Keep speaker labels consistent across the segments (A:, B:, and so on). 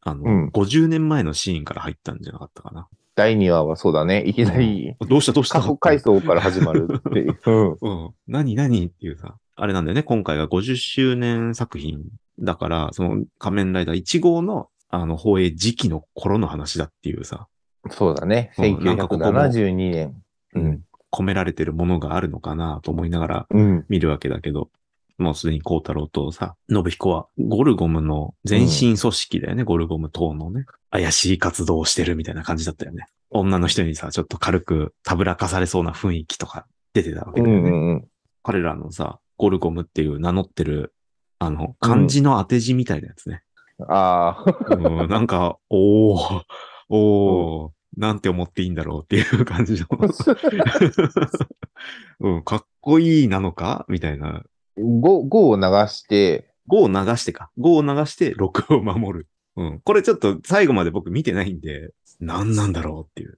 A: あの、
B: うん
A: 50年前のシーンから入ったんじゃなかったかな。
B: 第2話はそうだね。いきなり、
A: どうしたどうした
B: 過去回想から始まるっていう。うん。
A: うん。何何っていうさ、あれなんだよね、今回が50周年作品だから、その仮面ライダー1号のあの放映時期の頃の話だっていうさ、
B: そうだね。
A: うんなんかここも
B: 1972年。うん。
A: 込められてるものがあるのかなと思いながら
B: うん。
A: 見るわけだけど、もうすでに光太郎とさ、信彦はゴルゴムの全身組織だよね、ゴルゴム等のね、怪しい活動をしてるみたいな感じだったよね。女の人にさ、ちょっと軽くたぶらかされそうな雰囲気とか出てたわ
B: う
A: け
B: ん
A: だよね。
B: うんうん。
A: 彼らのさ、ゴルゴムっていう名乗ってる、あの、漢字の当て字みたいなやつね。
B: ああ、
A: うん、なんか、おー、おー、なんて思っていいんだろうっていう感 じの。うん、かっこいいなのかみたいな。
B: 語語を流して、
A: 5を流してか。5を流して6を守る。うん。これちょっと最後まで僕見てないんで、何なんだろうって いう。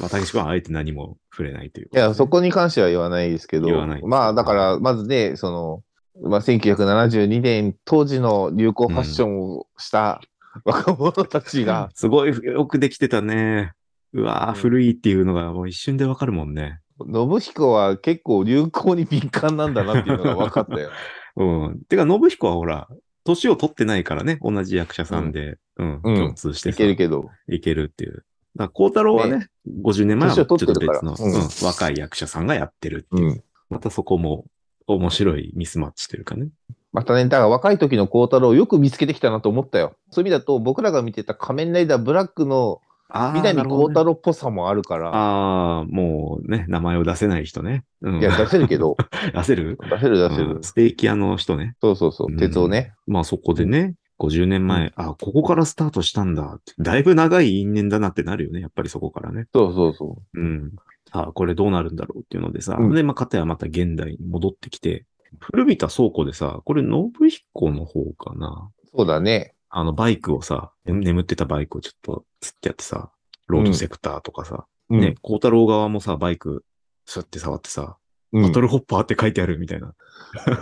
A: まあ、たけし君はあえて何も触れないという
B: いや、そ
A: こ
B: こに関しては言わないですけど
A: 言わない、
B: まあだから、まずね、その、まあ、1972年当時の流行ファッションを した若者たち
A: とね
B: が、
A: すごいよくできてたね。うわー、
B: うん
A: 古いっていうのがもう一瞬でわかるもんね。
B: 信彦は結構流行に敏感なんだなっていうのが分 かったよ。
A: うん。てか、信彦はほら、年を取ってないからね、同じ役者さんで、うん、
B: うん
A: 共通して
B: い
A: さ
B: けるけど。
A: いけるっていう。だから、孝太郎はね、50年前はちょっと別の、
B: 年を取ってるからうん
A: うん若い役者さんがやってるって
B: う
A: いう。
B: ん。
A: またそこも面白いミスマッチというかね。
B: またね、だから若い時の孝太郎をよく見つけてきたなと思ったよ。そういう意味だと、僕らが見てた仮面ライダーブラックの
A: あ
B: 南孝太
A: 郎。
B: 郎っぽさもあるから、
A: ああ、もうね、名前を出せない人ね。うん、
B: いや、出せるけど、
A: 出せる
B: 出せる出せる
A: うん。ステーキ屋の人ね。
B: そうそうそうう、
A: ん
B: 鉄をね。
A: まあそこでね、50年前、あ、ここからスタートしたんだって。だいぶ長い因縁だなってなるよね、やっぱりそこからね。
B: そうそうそ
A: うん。さあ、これどうなるんだろうっていうのでさ、
B: うん
A: で、まあ、片やまた現代に戻ってきて、古びた倉庫でさ、これ、信彦の方かな。
B: う。そうだね。
A: あの、バイクをさ、ね眠ってたバイクをちょっと、つってやってさ、ロードセクターとかさ、
B: うん
A: ね、孝太郎側もさ、バイク、そうやって触ってさ、バトルホッパーって書いてあるみたいな。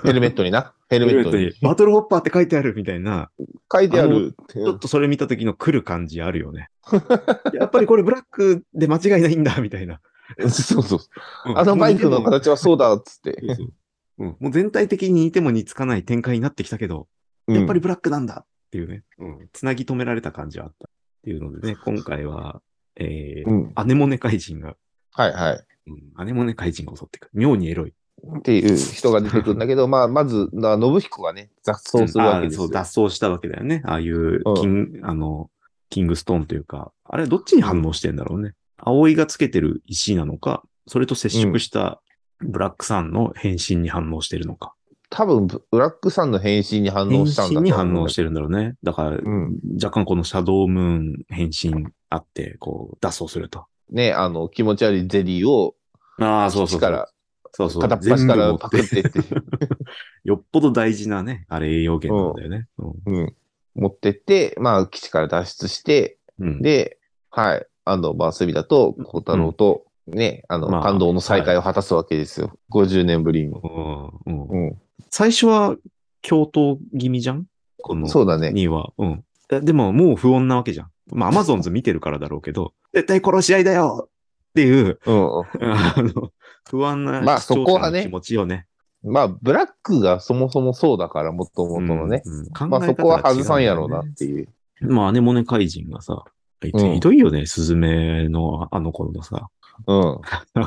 B: ヘルメットにな。ヘルメットに。
A: バトルホッパーって書いてあるみたいな、
B: 書いてある。
A: ちょっとそれ見た時の来る感じあるよ ね。やっぱりこれブラックで間違いないんだ、みたいな。
B: そうそう。あのバイクの形はそうだっつって。
A: そうそううん、もう全体的に似ても似つかない展開になってきたけど、やっぱりブラックなんだっていうね、うん、つなぎ止められた感じはあったっていうのでね、今回は、え
B: う
A: ー
B: ん。うん。
A: アネモネ怪人が、
B: はいはい。
A: うん、アネモネ怪人が襲ってくる。妙にエロい。
B: っていう人が出てくるんだけど、まあ、まず、な信彦がね、雑草するわけです
A: うんあーそ
B: よ
A: う、。脱走したわけだよね。ああいう
B: うん
A: キン、あの、キングストーンというか、あれどっちに反応してんだろうね。葵がつけてる石なのか、それと接触したブラックさんの変身に反応してるのか。
B: 多分、ブラックさんの変身に反
A: 変
B: 応したんだ。
A: 身に反応しててるんだろうね。だから、
B: うん。
A: 若干このシャドウムーン変身あって、こう、脱走すると。
B: ね、あの、気持ち悪いゼリーを、
A: ああ、そうそうそ
B: 口か
A: う。
B: ら、
A: そうそう。
B: 片っ端からパクってって、
A: よっぽど大事なね、あれ栄養源なんだよね。
B: うん。持ってって、まあ、基地から脱出して、
A: うんうん
B: で、はい。あの、まあ、そういう意味だと、孝太郎と、ね、あの、
A: まあ
B: 感動の再会を果たすわけですよ。50年ぶりに。
A: うんうん
B: うん。
A: 最初は共闘気味じゃんこの
B: そうだね。
A: 2は。うんえでももう不穏なわけじゃん。まあ、アマゾンズ見てるからだろうけど、 絶対殺し合いだよっていう、
B: うん。
A: あの、不安な
B: まあ
A: 視聴
B: そこ
A: 者
B: は
A: の
B: ね
A: 気持ちよね。
B: まあ、ブラックがそもそもそうだから、もともとのね。
A: うんうん考え方
B: まあ、そこは
A: が違うんだよね
B: 外さんやろうなっていう。
A: まあ、ネモネ怪人がさ、ひ
B: うん
A: どいよね、スズメのあの頃のさ、
B: うん。
A: あ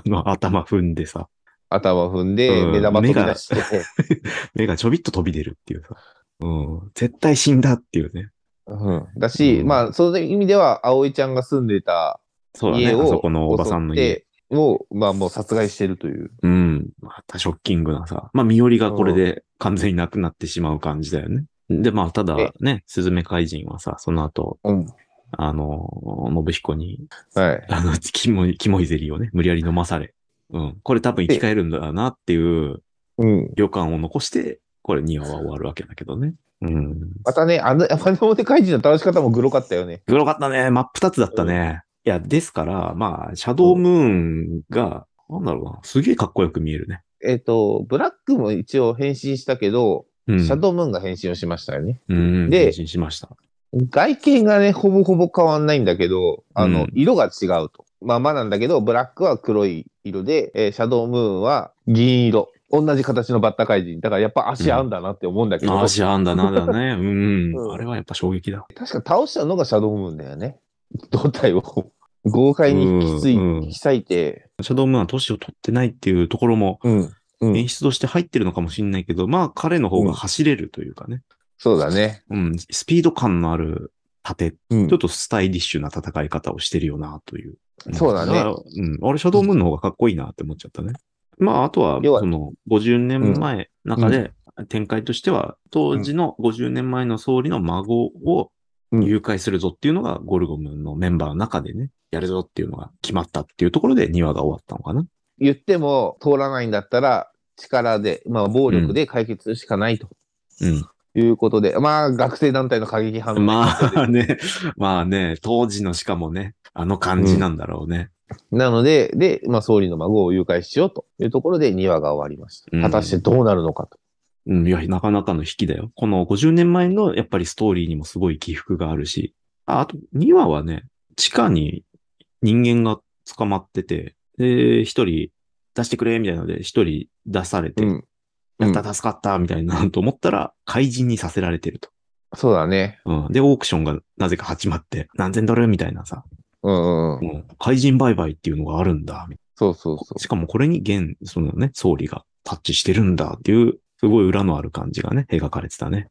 A: の頭踏んでさ、
B: 頭踏んで、
A: うん
B: 目玉飛び出して。
A: 目がちょびっと飛び出るっていうさ、うん、絶対死んだっていうね。
B: うん。だし、
A: うん
B: まあ、そういう意味では、葵ちゃんが住んでた
A: そうだね、
B: 家
A: あ
B: を、
A: そこのおばさんの家。
B: 襲ってを、まあ、もう殺害してるという。
A: うん、またショッキングなさ、まあ、身寄りがこれで完全になくなってしまう感じだよね。で、まあ、ただ
B: え
A: ね、スズメ怪人はさ、その後、
B: うん。
A: あの、信彦に、
B: はい。
A: あの、 キモい、キモいゼリーをね、無理やり飲まされ、うん、これ多分生き返るんだなっていう
B: うん。
A: 旅館を残して、これ2話は終わるわけだけどね。うん。
B: またね、あの、パネモテ怪人の倒し方もグロかったよね。
A: グロかったね。真っ二つだったね。いや、ですから、まあ、シャドウムーンが、なんだろうな、すげえかっこよく見えるね。
B: えっ、と、ブラックも一応変身したけど、
A: うん。
B: シャドウムーンが変身をしましたよね。
A: うん、
B: で
A: 変身しました。
B: 外見がね、ほぼほぼ変わんないんだけど、あの、
A: うん
B: 色が違うと。まあまあなんだけど、ブラックは黒い色で、えーシャドウムーンは銀色。同じ形のバッタ怪人。だからやっぱ足合うんだなって思うんだけど、
A: ああ、
B: 確
A: シアンだな、だ ね。うん。
B: うん
A: あれはやっぱ衝撃だ。
B: か倒したのがシャドウムーンだよね。 胴体を豪快に引きつい、
A: うんうん
B: 引き裂いて、
A: シャドウムーンは年を取ってないっていうところも
B: うん。うん
A: 演出として入ってるのかもしれないけど、まあ彼の方が走れるというかね。
B: そうだね。
A: うん。スピード感のある盾、ち
B: うん
A: ょっとスタイリッシュな戦い方をしてるよな、という。
B: そうだね
A: からうん。あれ、シャドウムーンの方がかっこいいなって思っちゃったね。まあ、あとは、
B: 要は
A: その、50年前中で、展開としては、当時の50年前の総理の孫を
B: うん
A: 誘拐するぞっていうのが、ゴルゴムのメンバーの中でね、やるぞっていうのが決まったっていうところで2話が終わったのかな。
B: 言っても通らないんだったら、力で、まあ暴力で解決するしかないということで、まあ学生団体の過激派
A: うん。
B: の
A: まあね、まあね、当時のしかもね、あの感じなんだろうね。
B: なので、で、まあ、総理の孫を誘拐しようというところで2話が終わりまし
A: うん
B: た。果たしてどうなるのかと。
A: うん、いや、なかなかの引きだよ。この50年前のやっぱりストーリーにもすごい起伏があるし、ああと2話はね、地下に人間が捕まってて、で、一人出してくれ、みたいなので、一人出されて、
B: うん
A: やった、助かった、みたいなと思ったら、怪人にさせられてると。
B: そうだね。
A: うん、で、オークションがなぜか始まって、何千ドルみたいなさ、
B: うんうんう。
A: うんん、怪人売買っていうのがあるんだ、み
B: そうそうそ
A: しかもこれに現、そのね、総理がタッチしてるんだっていう、すごい裏のある感じがね、描かれてたね。